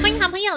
欢迎好朋友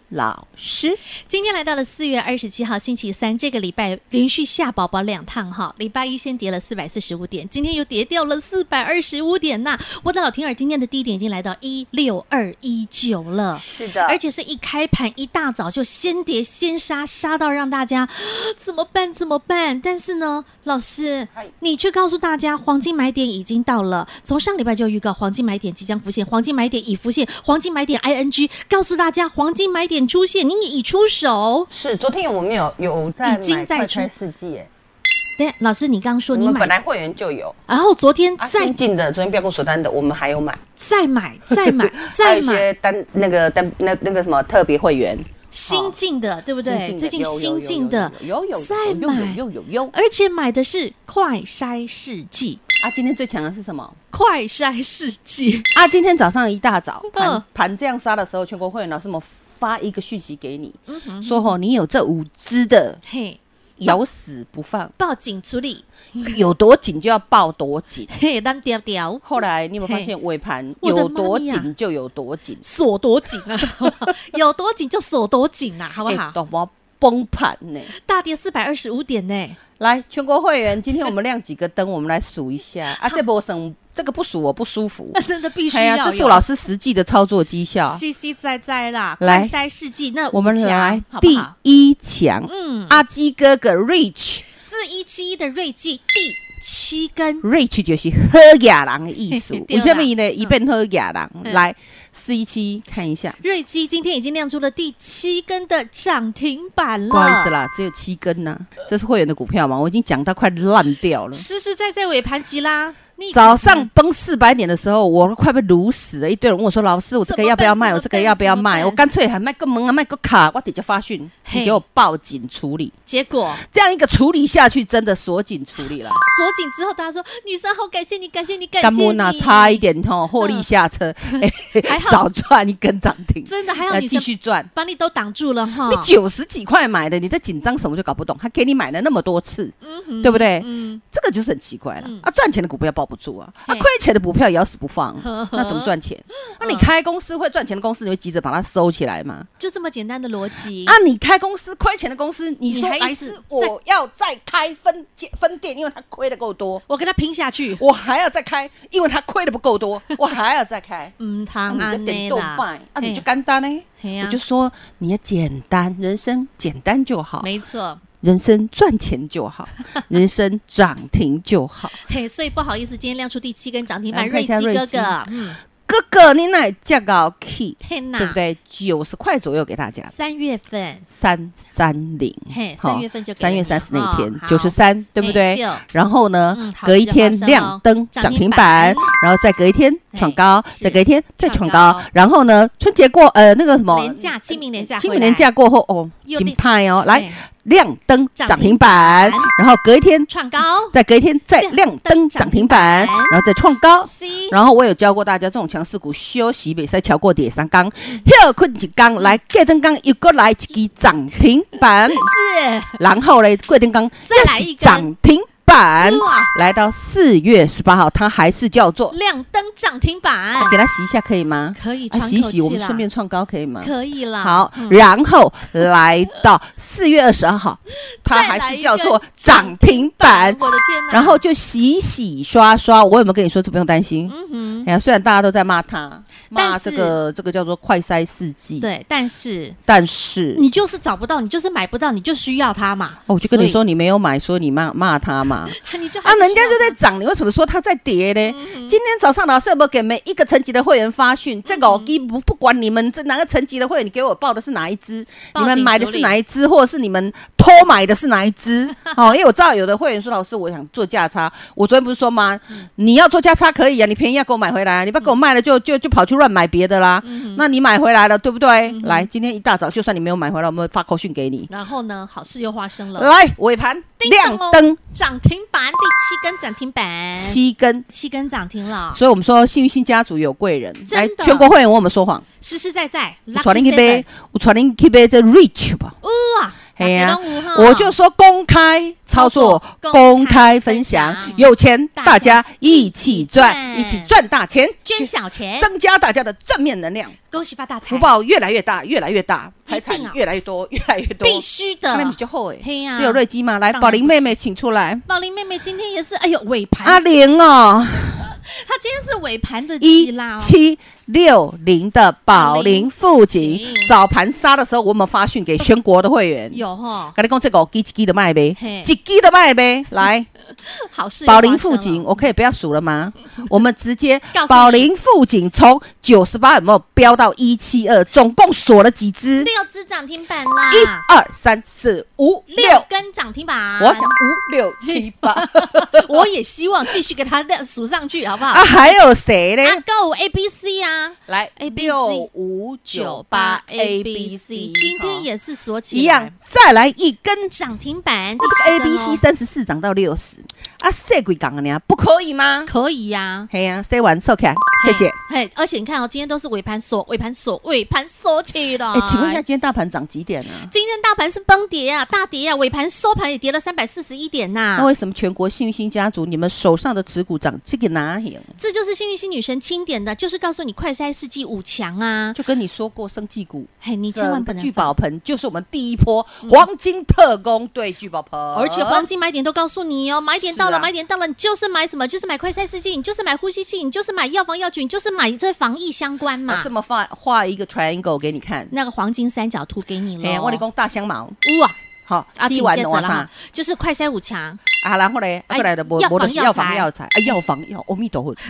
老师。今天来到了四月二十七号星期三，这个礼拜连续下宝宝两趟哈，礼拜一先跌了四百四十五点，今天又跌掉了四百二十五点呐、我的老天儿，今天的低点已经来到一六二一九了。是的而且是一开盘一大早就先跌先杀，杀到让大家 怎么办？怎么办？但是呢，老师嗨，你却告诉大家，黄金买点已经到了。从上礼拜就预告，黄金买点即将浮现，黄金买点已浮现，黄金买点 ING 告诉大家，黄金买点出现，您已出手。是，昨天我们有有在已经买在快出餐世纪耶，对，老师，你刚刚说我你们本买，来会员就有，然后昨天啊，再新进的昨天标股锁单的，我们还有买，再 买，再买，还有再一买，些单那个单那那个什么特别会员，新进的，对不对？啊新进的最近有有有新有进的，有有有再有有买，有有有而且买的是快筛试剂。啊！今天最强的是什么？快筛试剂，啊，今天早上一大早嗯盘盘这样杀的时候，全国会员老师们发一个讯息给你，嗯说吼你有这五只的，嘿，咬死不放，报警处理，有多紧就要抱多紧。嘿，单调调，后来你有没有发现尾盘 我的有妈多咪呀啊紧就有多紧，锁多紧 啊，有多紧就锁多紧啊，好不好？懂吗？哎崩盘呢、大跌四百二十五点呢、来，全国会员，今天我们亮几个灯，我们来数 一下啊，这波省这个不数我不舒服那。 真的 必须哎要呀，有。这是我老师实际的操作绩效啊。西西哉哉啦，来快筛试剂那五我们强来好不第好？一强，嗯，阿基哥哥 Rich。四一七一的瑞记第七根， rich 就是喝亚人的意思对啦，嗯为什么呢？一边喝亚人，来 C 七看一下，瑞基今天已经亮出了第七根的涨停板了，不好意思哦啦，只有七根呐、这是会员的股票嘛，我已经讲到快烂掉了。实实在在尾盘急啦。你早上崩四百点的时候，我快被撸死了，一堆人问我说：“老师，我这个要不要卖？怎么办我这个要不要怎卖？么办我干脆还卖个门啊，卖个卡，我直接发讯，嘿你给我报警处理。结果”这样一个处理下去，真的锁紧处理了。锁紧之后，大家说女生好感谢你，感谢你，感干哎谢木你。嗯呐，差一点吼，获利下车， 还好 少赚一根涨停，真的还好来女继生续赚。把你都挡住了哈。你九十几块买的，你在紧张什么就搞不懂。他给你买了那么多次，对不对？嗯，这个就是很奇怪了嗯啊！赚钱的股票抱不住啊，啊，嘿亏钱的股票咬死 不放，那怎么赚钱？那你开公司会赚钱的公司，你会急着把它收起来吗？就这么简单的逻辑啊，你开公司亏钱的公司，你嗯说你还一还直是在我要再开分店分店，因为它亏的 够多，我跟他拼下去。。我还要再开，因为它亏的不够多，我还要再开嗯，啊唐你就安点内豆啦瓣，啊，你就嘿简单呢？嘿呀我就说你要简单，人生简单就好。没错。人生赚钱 就好，人生涨停就好。嘿，所以不好意思，今天亮出第七根涨停板，来瑞看一基下哥瑞基哥，嗯，哥哥，你那价高 key 嘿呐，对不？对？九十块左右给大家，三月份，三三零嘿，，好三月份就给了三你月三十那一天哦好，哎九十三，对不嘿对？对然后呢嗯，好隔一事天发生亮哦灯涨涨停停板板，然后再隔一天嘿闯高，是再隔一天再创闯高高，然后呢，春节过呃那个什么廉价清明廉价，清明年，假过后哦，又金另派哦，来嘿亮灯涨涨停停板板，然后隔一天哎创高 再隔一天再亮亮灯灯涨涨停停板板，然后再创高。 ，C，然后我有教过大家，这种强势股休息比赛桥过跌三缸，嗯休困几缸，来过灯缸又过来一支涨停嗯板，是然后呢，过灯缸再来又是一根涨停板哇，来到四月十八号，它还是叫做，亮灯涨停板，给它洗一下可以吗？嗯可以啊，喘哦洗一口洗，我气们啦顺，便创高可以吗？可以啦，好嗯，然后来到四月二十二号，它再还来是一叫根做涨停板。哎我的天哪，然后就洗洗刷刷，我有没有跟你说这不用担心？嗯哼，哎呀，虽然大家都在骂他，但骂是这个这个叫做快筛试剂，，对，但是但是你就是找不到，你就是买不到，你就需要它嘛。嗯哦我就跟你所以，说你没有买，所以你骂骂他嘛，嘛。你这 啊，人家就在涨，你为什么说它在跌呢？嗯今天早上老师有没有给每一个层级的会员发讯？这个我一不不管你们这哪个层级的会员，你给我报的是哪一支，报你们警买的处是理哪一支，或者是你们偷买的是哪一支？哦，因为我知道有的会员说，老师我想做价差，我昨天不是说吗？嗯你要做价差可以啊，你便宜要给我买回来啊，你不要给我卖了就就就跑去乱买别的啦。嗯那你买回来了，对不对？来，今天一大早就算你没有买回来，我们发扣讯给你。然后呢，好事又发生了，来，尾盘叮呃亮咚哦灯涨停板第七根涨停板，七根。七根涨停了，所以我们说幸运星家族有贵人，啊真来的全国会员我有没有说谎？实实在在。我传 Lucky 你去杯 seven，，我传你去杯这 rich 吧。哇，嘿呀大家都有哈我就说公开操作，操作公开分享公开分享，有钱大大家家一起赚，一一起赚起赚大钱，捐小钱，增加大家的正面能量，恭喜发大财，福报越来越大，越来越大，一定啊财产越来越多，越来越多。必须的。啊那你就后悔。嘿呀只有瑞基吗？来，当然宝玲不是妹妹，请出来。宝林妹妹今天也是，哎呦，尾盘阿玲哦，她今天是尾盘的一季啦、哦，七六零的宝宝玲玲富锦锦，早盘杀的时候，我们发讯给全国的会员。有哈、跟你讲，这个一支的卖呗嘿，一支的卖呗。来，好事宝林富锦锦，我可以不要数了吗？我们直接嗯告诉你宝林富锦从九十八有没有飙到一七二？总共锁了几只？六只涨停板啦，一二三四五六六。根涨停板，我想五六七八 我也希望继续给它亮数上去，好不好？ 啊，哎还有谁呢？阿 Go A B 啊 C 啊，来 ABC 六五九八 A B C，今天也是锁起来一样，再来一根。涨停板，那这个第七根 A B 哦 C 三十四涨到六十啊，这鬼讲啊你啊，不可以吗？可以呀、嘿呀、塞完收起来，谢谢。嘿。嘿，而且你看哦，今天都是尾盘锁，尾盘锁，尾盘锁起来。哎、请问一下，今天大盘涨几点啊？今天大盘是崩跌啊，大跌啊，尾盘收盘也跌了三百四十一点呐、那为什么全国幸运星家族你们手上的持股涨这个哪行？这就是幸运星女神钦点的，就是告诉你快筛世纪五强啊，就跟你说过，生技股嘿，你千万不能聚放。宝盆就是我们第一波黄金特工对聚宝盆，而且黄金买点都告诉你哦，买点到了，是啊买点到了，你就是买什么，就是买快筛世纪，你就是买呼吸器，你就是买药房药局，你就是买这防疫相关嘛这。么画画一个 triangle 给你看。那个黄金三角图给你哎、了，我跟你讲大香茅，哇，好，啊，紧记完接了着我了啥哈？，就是快筛五强，啊，然后嘞，哎啊，过来的无药无房就是药药房材嗯药材，啊，药房药，阿弥陀佛。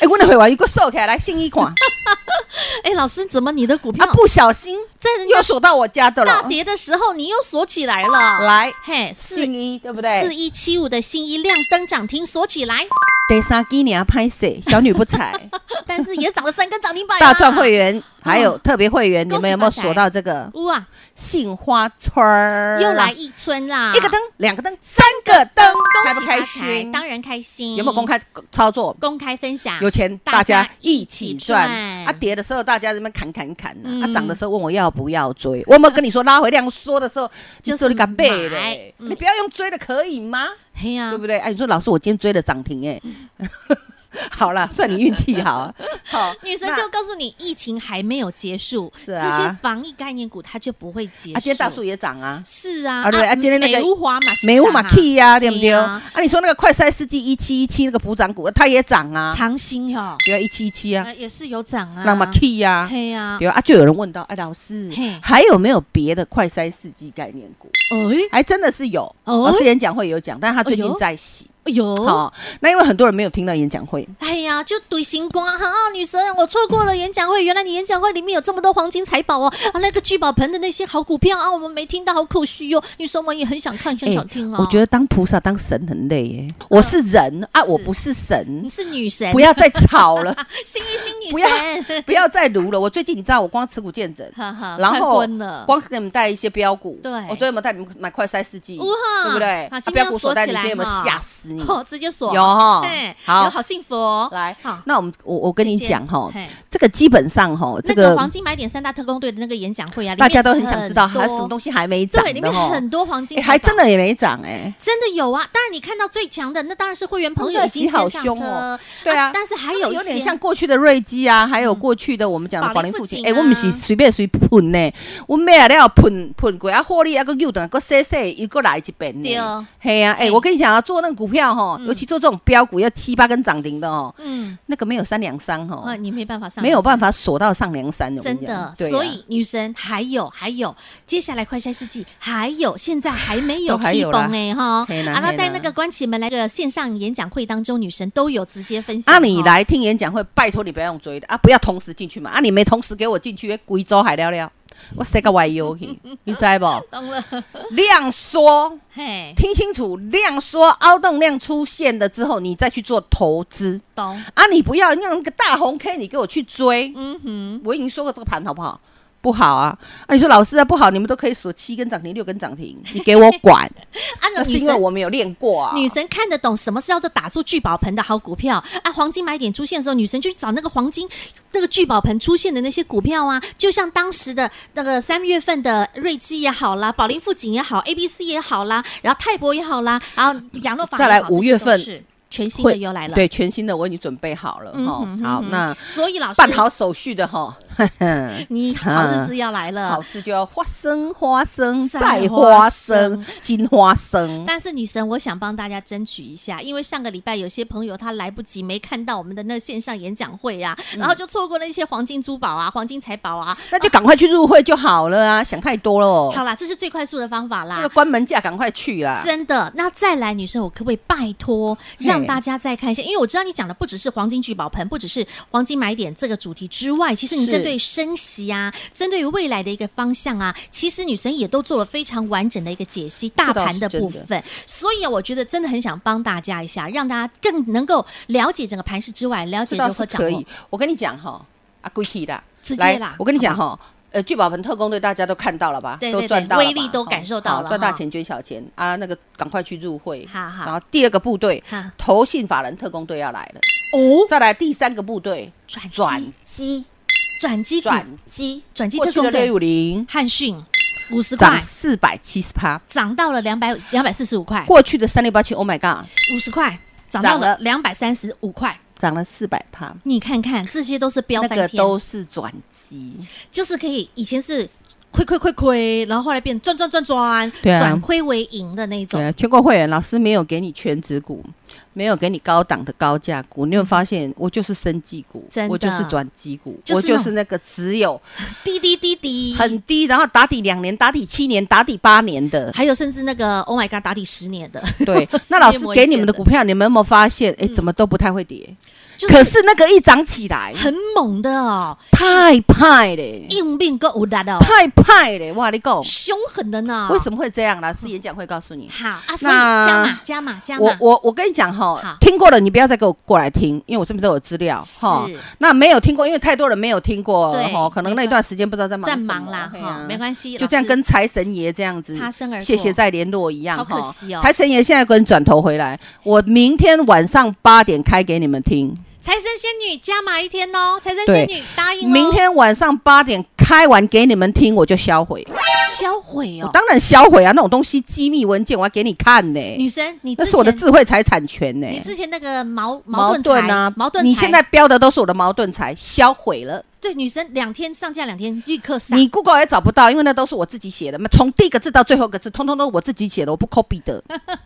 哎，我那会完一个收起来，来信一款， 哎，老师，怎么你的股票啊，不小心在人家又锁到我家的大了。啊跌的时候你又锁起来了？来，嘿，四信一对不四对？一七五的新一亮灯涨停锁起 来，第三季你要拍 谁？小女不哎才，但是也涨了三根涨停板、啊大赚会。员，还有特别会员，嗯恭喜你们有没有发财锁到这个哇，杏花村儿？啊又来一春啊啦！呃一个灯，两个灯，三个灯，恭开不喜开发财，心？当然开心。有没有公开操作？公开分享？有钱啊大大家家一起赚一起赚啊！跌的时候大家在那边砍砍砍嗯啊，啊涨的时候问我要不要追，我有没有跟你说拉回量缩的时候，就是你做你敢背买的嘞，嗯你不要用追的可以吗？嘿呀、对不对？哎，你说老师，我今天追了涨停哎， 好啦，算你运气好，啊好，女神那就告诉你，疫情还没有结束，是啊这些防疫概念股它就不会结束。啊，今天大树也涨啊，是啊，啊对啊今天那个美无华嘛，美物马 key 呀，对不对对？啊啊，你说那个快筛世纪一七一七那个补涨股，它也涨啊，长兴哦，对啊，一七一七啊，呃也是有涨啊，那么 key 呀，嘿呀、对啊，啊就有人问到，哎，老师嘿，还有没有别的快筛世纪概念股？哎还真的是有，哦老师演讲会有讲，但是他最哎近呦在洗。哎呦，好，那因为很多人没有听到演讲会，哎呀，就怼星光啊哈，女神，我错过了演讲会，原来你演讲会里面有这么多黄金财宝哦，啊，那个聚宝盆的那些好股票啊，我们没听到，好可惜哟、女神，我也很想看，想想听哦。哎我觉得得当菩萨当神很累耶。我是人啊，是我不是神你，嗯是女神，不要再吵了， 幸运星女不要神，不要再撸了。我最近你知道，我光持股见诊， 哈哈然快后昏啊了光给你们带一些标股，对我昨天有没有带你们买快筛试剂，哇哈对不对？好啊今天标要股锁锁单，起你来今天有没有哈吓死你？哦，直接锁有哈对，好有好幸福哦。来好，那我们我我跟你姐姐讲哈嘿，这个基本上哈，那这个个黄金买点三大特工队的那个演讲会啊，里面大家都很想知道，还有多什么东西还没涨对，里的面哈？很多黄金哎，财宝，还真的也没涨哎。真的有啊！当然，你看到最强的那当然是会员朋友真已的经洗好先上凶车哦对啊但是还它有一有点些嗯像过去的瑞基啊，还有过去的我们讲的宝宝林林附附近近，哎，啊我们是随便随喷呢，我买了了喷喷过啊，获利啊个又等个洗洗又过来一遍对呢哦。嘿呀，嘿哎，我跟你讲啊，做那个股票票哈，尤其做这种标股要七八根涨停的哦，嗯，那个没有三两三哇，哈，你没办法上，没有办法锁到上梁山，我跟真你讲的，对啊所以女神还有还有，接下来快筛世纪还有，现在还没有 都还有啦哎哈，嘿啦啊，那嘿在啦那个关起门来的线上演讲会当中，女神都有直接分享。啊，你哈，来听演讲会，拜托你不要用追的啊，不要同时进去嘛，啊，你没同时给我进去，贵州海了了，我塞个歪腰去， 你知不？懂了，量缩，嘿，听清楚，量缩凹动量出现了之后，你再去做投资懂，啊，你不要让那个大红 K 你给我去追，嗯哼，我已经说过这个盘好不好？不好啊！啊，你说老师啊，不好，你们都可以锁七根涨停、六根涨停，你给我 管，按照那啊是女因为神。我没有练过啊。女神看得懂什么是叫做打出聚宝盆的好股票啊！黄金买点出现的时候，女神就去找那个黄金那个聚宝盆出现的那些股票啊，就像当时的那个三月份的瑞基也好啦，宝林富锦也好，A B C 也好啦，然后泰博也好啦，然后养乐法再来也好五月份这些都是全新的会又来了，，对全新的我已经准备好了嗯哈哼。好，嗯哼那所以老师办好手续的 哈，你好日子要来嗯好了。事就要花生，花生再再花花生生，金花生。但是女神，我想帮大家争取一下，因为上个礼拜有些朋友他来不及没看到我们的那线上演讲会啊，嗯然后就错过了一些黄金珠宝啊、黄金财宝啊，那就赶快去入会就好了啊！想太多了哦，好啊啦，这是最快速的方法那啦个。关门价赶快去啦。真的，那再来，女生，我可不可以拜托让大家再看一下？因为我知道你讲的不只是黄金聚宝盆，不只是黄金买点这个主题之外，其实你针是对升息啊，针对于未来的一个方向啊，其实女神也都做了非常完整的一个解析，大盘的部分。所以啊我觉得真的很想帮大家一下，让大家更能够了解整个盘势之外，了解这倒如是何掌可握以。。我跟你讲哈，啊，贵气啦，直接来啦我跟你讲哈，呃，聚宝盆特工队大家都看到了吧？对对对都赚到了吧威力都感受到了好好赚大哈钱捐小钱啊！那个赶快去入会。好好然后第二个部队哈，投信法人特工队要来了。哦，再来第三个部队，转转转机，转机股，转机，转机过特去工的队六五零汉讯五十块涨四百七十趴，涨到了两百两百四十五块，过去的三六八七，Oh my god，五十块涨到涨了了两百三十五块。涨了四百趴，你看看，这些都是飙那翻天，个都是转机。就是可以以前是亏亏亏亏，然后后来变赚赚赚赚，对啊转亏为盈的那种。对，啊全国会员老师没有给你全指股，没有给你高档的高价股，你有没有发现我就是生技股嗯真，的我就是转基股，就是我那种就是那个只有滴滴滴滴，很低，然后打底两年、打底七年、打底八年 的。还有甚至那个 Oh my God，打底十年的，，对那老师给你们的股票，你们有没有发现？哎，怎么都不太会跌？可是那个一涨起来，嗯很猛的哦，太派嘞，硬命够无力哦，太派嘞！哇，你讲凶狠的呢。为什么会这样？老嗯师演讲会告诉你。好啊，所以那加码加码加我码，我我跟你讲好哈，听过的你不要再给我过来听，因为我这边都有资料哈是。那没有听过，因为太多人没有听过对哈，可能那没一段时间不知道在忙在什么忙啦嘿哈啊，没关系，就这样老师跟财神爷这样子擦身而过谢谢再联络一样好可哈惜哦财神爷现在跟你转头回来，我明天晚上八点开给你们听，财神仙女加码一天哦，财神仙女答应、哦，明天晚上八点开完给你们听，我就销毁。哎销毁我哦。当然销毁啊，那种东西机密文件我要给你看呢，女神，你那之是我的前智慧财产权呢。你之前那个矛矛盾财盾啊，矛盾财，你现在标的都是我的矛盾财，销毁了。对女神两天上架两天立刻上，你 Google 也找不到，因为那都是我自己写的，嘛，从第一个字到最后一个字，通通都是我自己写的，我不 copy 的。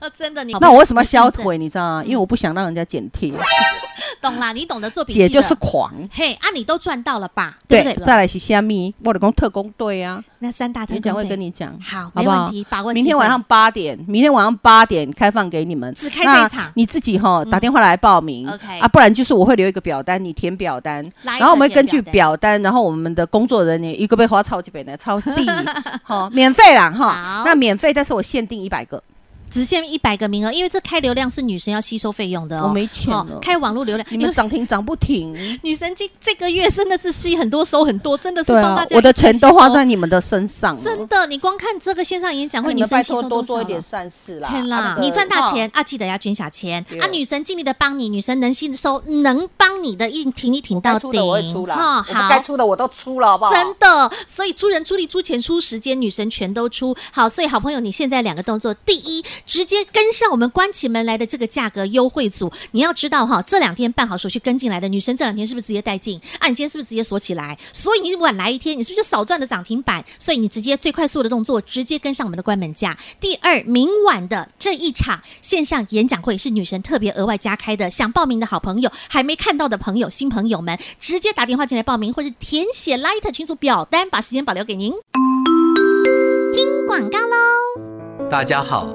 真的你那我为什么要销毁？你知道嗯吗？因为我不想让人家剪贴，懂啦，你懂得做笔记的姐就是狂。嘿啊，你都赚到了吧？对不对，对？再来是虾米，我的工特工队啊，那三大特演工讲会队跟你讲，好，好没不好问题，把握明机天会晚上八点，明天晚上八点开放给你们，只开这一场嗯那你自己哈打电话来报名 OK 啊，不然就是我会留一个表单，你填表单，来一个然后我们会根据填表表单，然后我们的工作人员一个被花超几百呢，超 C，好，免费啦好哈，那免费，但是我限定一百 个，只限一百个名额，因为这开流量是女神要吸收费用的哦。我没钱哦了开网络流量，你因们为涨停涨不停，女神这这个月真的是吸很多收很多，真的是对帮大啊家、，我的钱都花在你们的身上了，真的，你光看这个线上演讲那会，女你们生拜吸托收多多做一点少？善事啦，天啊啦，你赚大，钱啊，记得要捐小钱对啊！女神尽力的帮你，女神能吸收，能帮你的一挺一挺那个到该底出的我会出啦，哈我不该好。出的我都出了，好不好？真的，所以出人、出力、出钱、出时间，女神全都出。好，所以好朋友，你现在两个动作：第一，直接跟上我们关起门来的这个价格优惠组。你要知道哈，这两天办好手续跟进来的女生，这两天是不是直接带进？啊，你今天是不是直接锁起来？所以你晚来一天，你是不是就少赚了涨停板？所以你直接最快速的动作，直接跟上我们的关门价。第二，明晚的这一场线上演讲会是女神特别额外加开的，想报名的好朋友，还没看到的朋友，新朋友们，直接打电话进来报名，或者填写 Light 群组表单，把时间保留给您。听广告喽。大家好，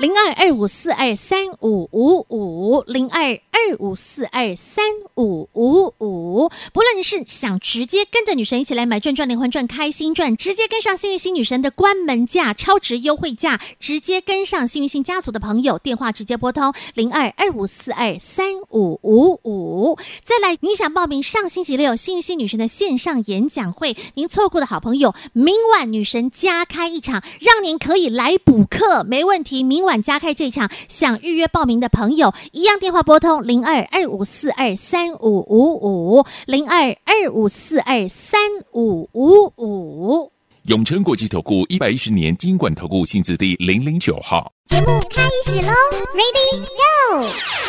零二二五四二三五五五，零二二五四二三五五五。不论你是想直接跟着女神一起来买赚赚连环赚开心赚，直接跟上幸运星女神的关门价超值优惠价，直接跟上幸运星家族的朋友，电话直接拨通零二二五四二三五五五。再来，你想报名上星期六幸运星女神的线上演讲会，您错过的好朋友，明晚女神加开一场，让您可以来补课，没问题。明晚加开这场，想预约报名的朋友，一样电话拨通零二二五四二三五五五零二二五四二三五五五。永诚国际投顾一百一十年金管投顾性质第零零九号，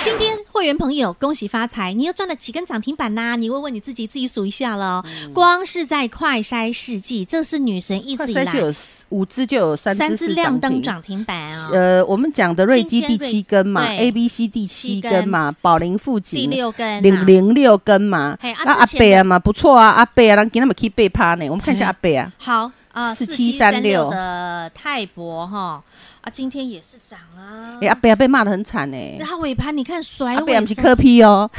今天会员朋友恭喜发财，你又赚了几根涨停板啦、你问问你自己，自己数一下喽。嗯光是在快筛试剂，这是女神一快直以筛来就有四五只就有三三只只是亮灯涨涨停板啊、停。呃，我们讲的瑞今基天第瑞七根嘛对，A B C 第七七根根嘛，宝林富锦第六根、啊、零零六根嘛，嘿啊那阿之前嗯贝啊嘛不错啊，阿贝啊，让给他们可以背趴呢。我们看一下嘿阿贝啊，好啊，四七三六4736的泰博哈啊，今天也是涨啊。哎，阿贝啊被骂的很惨呢那。它尾盘你看甩阿贝啊尾不是神科批哦，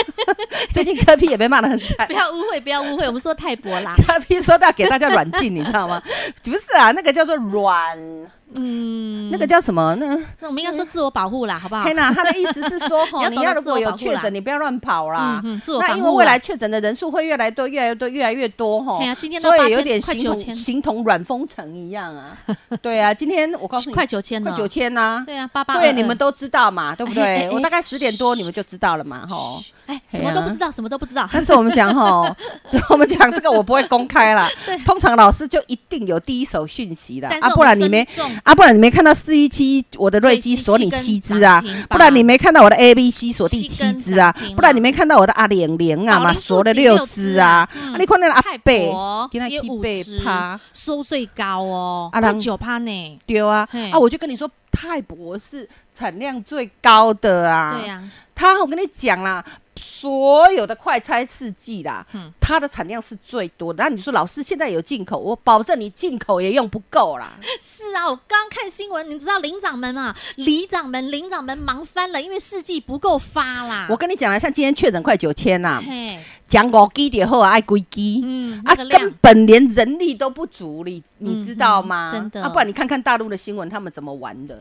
最近科批也被骂的很惨，不。要误会，不要误会，我们说泰博啦 科批说到给大家软禁，你知道吗？ 不是啊，那个叫做软，嗯，那个叫什么？那那我们应该说自我保护啦，好不好？ 天哪，他的意思是 说，啊你吼，要你懂得要如果自我有保护确啦诊，你不要乱跑啦。嗯嗯，自我那防因为护未啦来确诊的人数会越来越多，越来越多，越来越多吼哎呀，今天都所八以千有点快形九同千形同软封城一样啊。 对啊，今天我告诉你，快九千了，快九千呐，对啊，八八对，你们都知 道嘛，对不哎哎对哎？我大概十点多你们就知道了嘛，吼。哎，嘿什么都啊不知道，什么都不知道，但是我们 讲吼，我们讲这个我不会公开啦。通常老师就一定有第一手讯息的但是啊，我不然们你没尊重啊，不然你没看到四一七我的瑞对基七锁七你根七只啊涨停，不然你吧没看到我的 A B C 锁第七七根只啊涨停，不然了你没看到我的阿玲玲啊宝嘛林锁富了锦六六只只啊啊，嗯啊你看那个阿泰贝博，今天也去五贝只趴收最高哦，啊快人九趴呢，丢啊嘿啊，我就跟你说泰博是产量最高的啊，对呀，它我跟你讲啦，所有的快拆试剂啦，嗯它的产量是最多的。那你说老师现在有进口，我保证你进口也用不够啦。是啊，我刚看新闻，你知道领掌门嘛？里掌门、领掌门忙翻了，因为试剂不够发啦。我跟你讲啦，像今天确诊快九千啦，啊嘿，讲五 G 点后爱归 G。嗯，那啊，个量根本连人力都不足，你你知道嗯哼吗？真的啊，不然你看看大陆的新闻，他们怎么玩 的，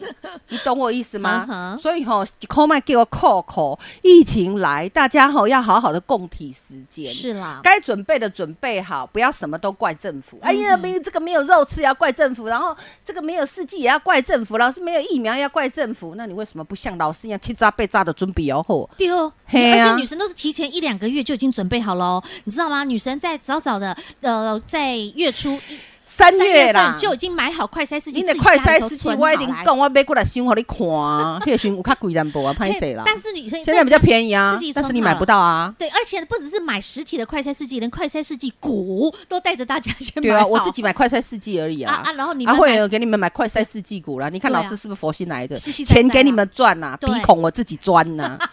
你懂我意思嗯吗哼？所以吼、一扣麦给我扣扣，疫情来，大家吼、要好好的共体时间。是啦，该准备的准备好，不要什么都怪政府。嗯哎呀，没有这个没有肉吃也要怪政府，然后这个没有试剂也要怪政府，老师没有疫苗也要怪政府。那你为什么不像老师一样七扎被扎的准备要好？对哦，嘿而啊且女神都是提前一两个月就已经准备好喽，你知道吗？女神在早早的，呃，在月初一三三月啦份，就已经买好快筛试剂，你的自己快家里筛头试剂存我一好定来讲，我买过来先给你看啊。那个时候有较贵淡薄啊，拍嘿谁啦？ 但是女生现在比较便宜啊自己，存但是你好了买不到啊。对，而且不只是买实体的快筛试剂，连快筛试剂股都带着大家先买对啊，好我自己买快筛试剂而已啊啊。啊，然后你啊，们会买有给你们买快筛试剂股啦。你看对啊老师是不是佛心来的？实实在在啊钱给你们赚呐，对 鼻孔我自己钻呐。啊，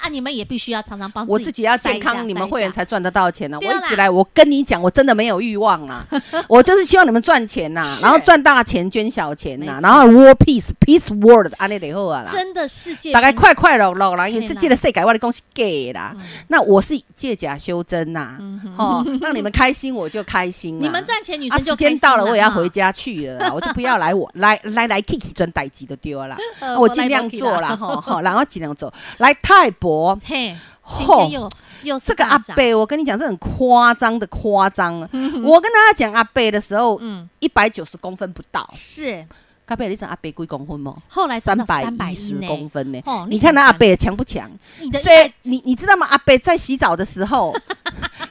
啊，你们也必须要常常帮我自己要筛健一下康，你筛们一会员下才赚得到钱呢、对啊我啦一直来，我跟你讲，我真的没有欲 望啦，我就是希望你们赚钱呐、然后赚大钱捐小钱呐、没错然后 war peace peace world 安尼就好啊啦。真的世界大概平快快乐乐啦，因为对这啦届的世界我的公是 gay 啦，嗯那我是借假修真呐、哦，让你们开心我就开心啦。你们赚钱，女啊，生就时间开心到了，我也要哈回。家 去了啦，我就不要来我来来来 Kiki 转代机就丢了啦，呃啊我尽量做 我啦，。来不及吼吼，然后尽量做。来泰博，嘿，今吼天又又是这个大阿涨，贝，我跟你讲，这很夸张的夸张啊。我跟大家讲阿贝的时候，嗯，一百九十公分不到，是阿贝，你知道阿贝几公分吗？后来三涨到百310一十呢公分呢哦。你看那你看阿贝强不强？你的所以你你知道吗？阿贝在洗澡的时 候，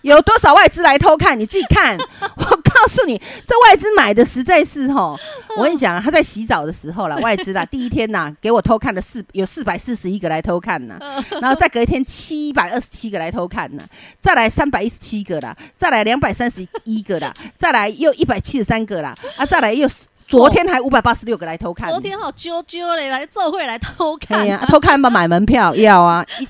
有多少外资来偷看？你自己看。我告诉你，这外资买的实在是吼，我跟你讲、啊，他在洗澡的时候啦，外 资啦，第一天呐，给我偷看的四有四百四十一个来偷看 呐，然后再隔一天七百二十七个来偷看呐，再来三百一十七个啦，再来两百三十一个啦，再来又一百七十三个啦，啊，再来又昨天还五百八十六个来偷看呢，昨天好啾啾嘞，来这会来偷可看以啊，偷看吧，买门票要啊， 一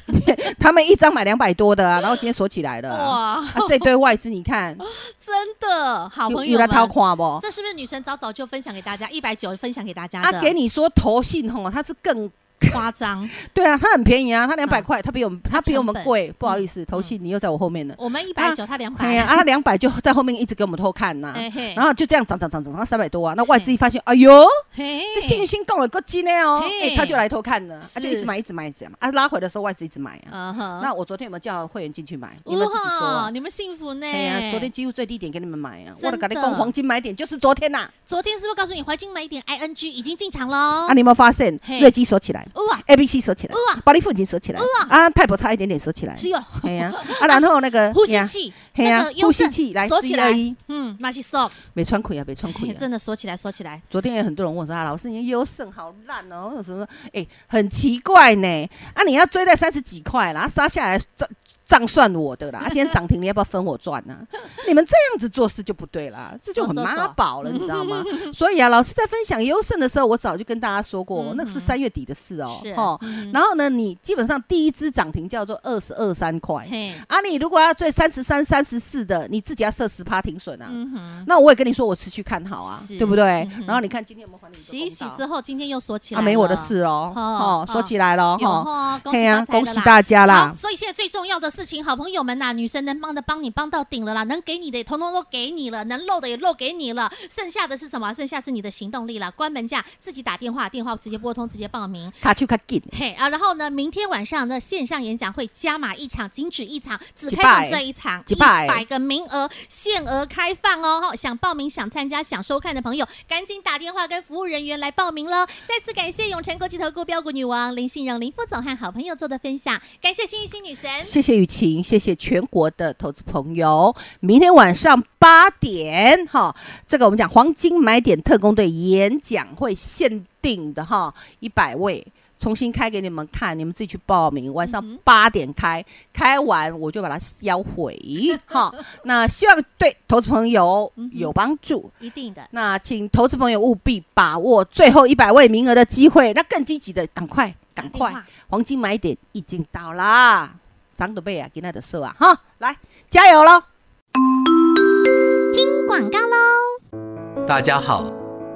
他们一张买两百多的啊，然后今天锁起来了、啊。哇，啊，这堆外资你看，真的 好有朋有友来们，掏看不？这是不是女生早早就分享给大家一百九分享给大家的？啊，给你说投信吼，它是更夸张，对啊，它很便宜啊，它两百块，它比我们它比我嗯们成本贵，不好意思，投信你又在我后面了。我们一百九，他两哎呀，百，啊，它两百就在后面一直给我们偷看呐、哎 嘿然后就这样涨涨涨涨涨到三百多啊，那外资一发现，哎呦，嘿，这信心够了够金的哦，嘿哎，他就来偷看了，他是就一直买一直买一直买，啊，拉回的时候外资一直买啊。嗯哼，那我昨天有没有叫会员进去买？你哇，们自己说啊。你们幸福呢？哎呀，昨天几乎最低点给你们买啊！真的我都跟你讲，黄金买点就是昨天呐。昨天是不是告诉你黄金买点 ING 已经进场喽啊，？你有没有发现哦嘿瑞基锁起来哇， ，A B C 锁起来哇，保利富锦锁起来，啊，泰博差一点点锁起来。是哟，哎呀，啊，然后那 个呼呀吸器，嘿呀那个优呼吸胜器来锁起来1121，嗯，马西锁，没穿亏啊，没穿亏嘿啊。真的锁起来，锁起来。昨天也很多人问我说啊，老师，你的优胜好烂哦，什么什么？哎，很奇怪呢。啊，你要追在三十几块啦，啊杀下来账账算我的啦。啊，今天涨停，你要不要分我赚呢？你们这样子做事就不对啦，这就很说说说妈宝了，你知道吗？所以啊，老师在分享优胜的时候，我早就跟大家说过，那个是三月底的事哦嗯是，嗯哦。然后呢，你基本上第一只涨停叫做二十二三块。嘿，啊，你如果要追三十三、三十四的，你自己要设十趴停损啊。嗯哼，那我也跟你说，我持续看好啊，是对不对嗯哼？然后你看今天有没有还你一个洗一洗公道之后，今天又锁起来啊，了，没我的事哦，哦哦，说起来了有哈，哦，恭嘿喜呀发财恭了喜啦大家啦好，所以现在最重要的事情，好朋友们呐、女生能帮的帮你帮到顶了啦，能给你的也通通都给你了，能漏的也漏给你了，剩下的是什么？剩下是你的行动力了。关门价自己打电话，电话直接拨通，直接报名。卡丘卡紧，嘿啊，然后呢，明天晚上的线上演讲会加码一场，仅止一场，只几开放百这一场，几百100个名额，限额开放哦。哈想报名、想参加、想收看的朋友，赶紧打电话跟服务人员来报名喽。再次感谢永诚国际投顾标股女王林信荣林副总和好朋友做的分享，感谢幸运星女神。谢谢雨晴，谢谢全国的投资朋友，明天晚上八点哈，这个我们讲黄金买点特工队演讲会限定的哈，一百位。重新开给你们看，你们自己去报名。晚上八点开，开完我就把它销毁哈。那希望对投资朋友有帮助。一定的，那请投资朋友务必把握最后一百位名额的机会，那更积极的，赶快，赶打快电话，黄金买点已经到啦，涨的倍啊，今天的事啊，哈，来加油喽！广告喽。大家好，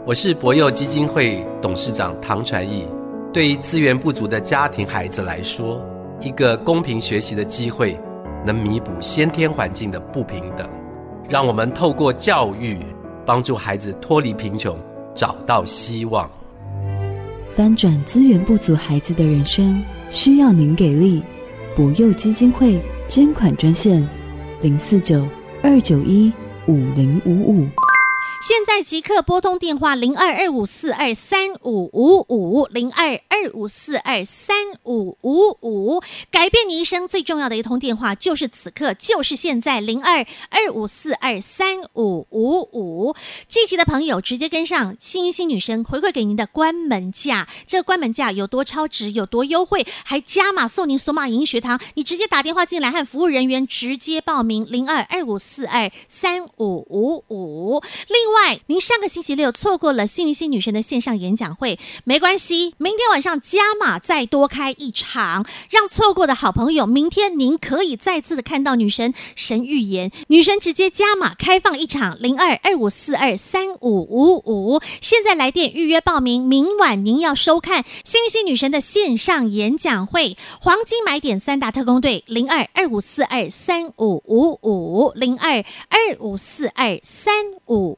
我是博幼基金会董事长唐传义。对于资源不足的家庭孩子来说，一个公平学习的机会，能弥补先天环境的不平等。让我们透过教育，帮助孩子脱离贫穷，找到希望。翻转资源不足孩子的人生，需要您给力。博幼基金会捐款专线：零四九二九一五零五五。现在即刻拨通电话零二二五四二三五五五零二二五四二三五五五，改变你一生最重要的一通电话就是此刻，就是现在零二二五四二三五五五。积极的朋友直接跟上幸运星女生回馈给您的关门价，这个关门价有多超值，有多优惠，还加码送您索马影音学堂。你直接打电话进来和服务人员直接报名零二二五四二三五五五。另外，您上个星期六错过了幸运星女神的线上演讲会，没关系，明天晚上加码再多开一场，让错过的好朋友，明天您可以再次的看到女神神预言，女神直接加码开放一场零二二五四二三五五五，现在来电预约报名，明晚您要收看幸运星女神的线上演讲会，黄金买点三大特工队零二二五四二三五五五零二二五四二三五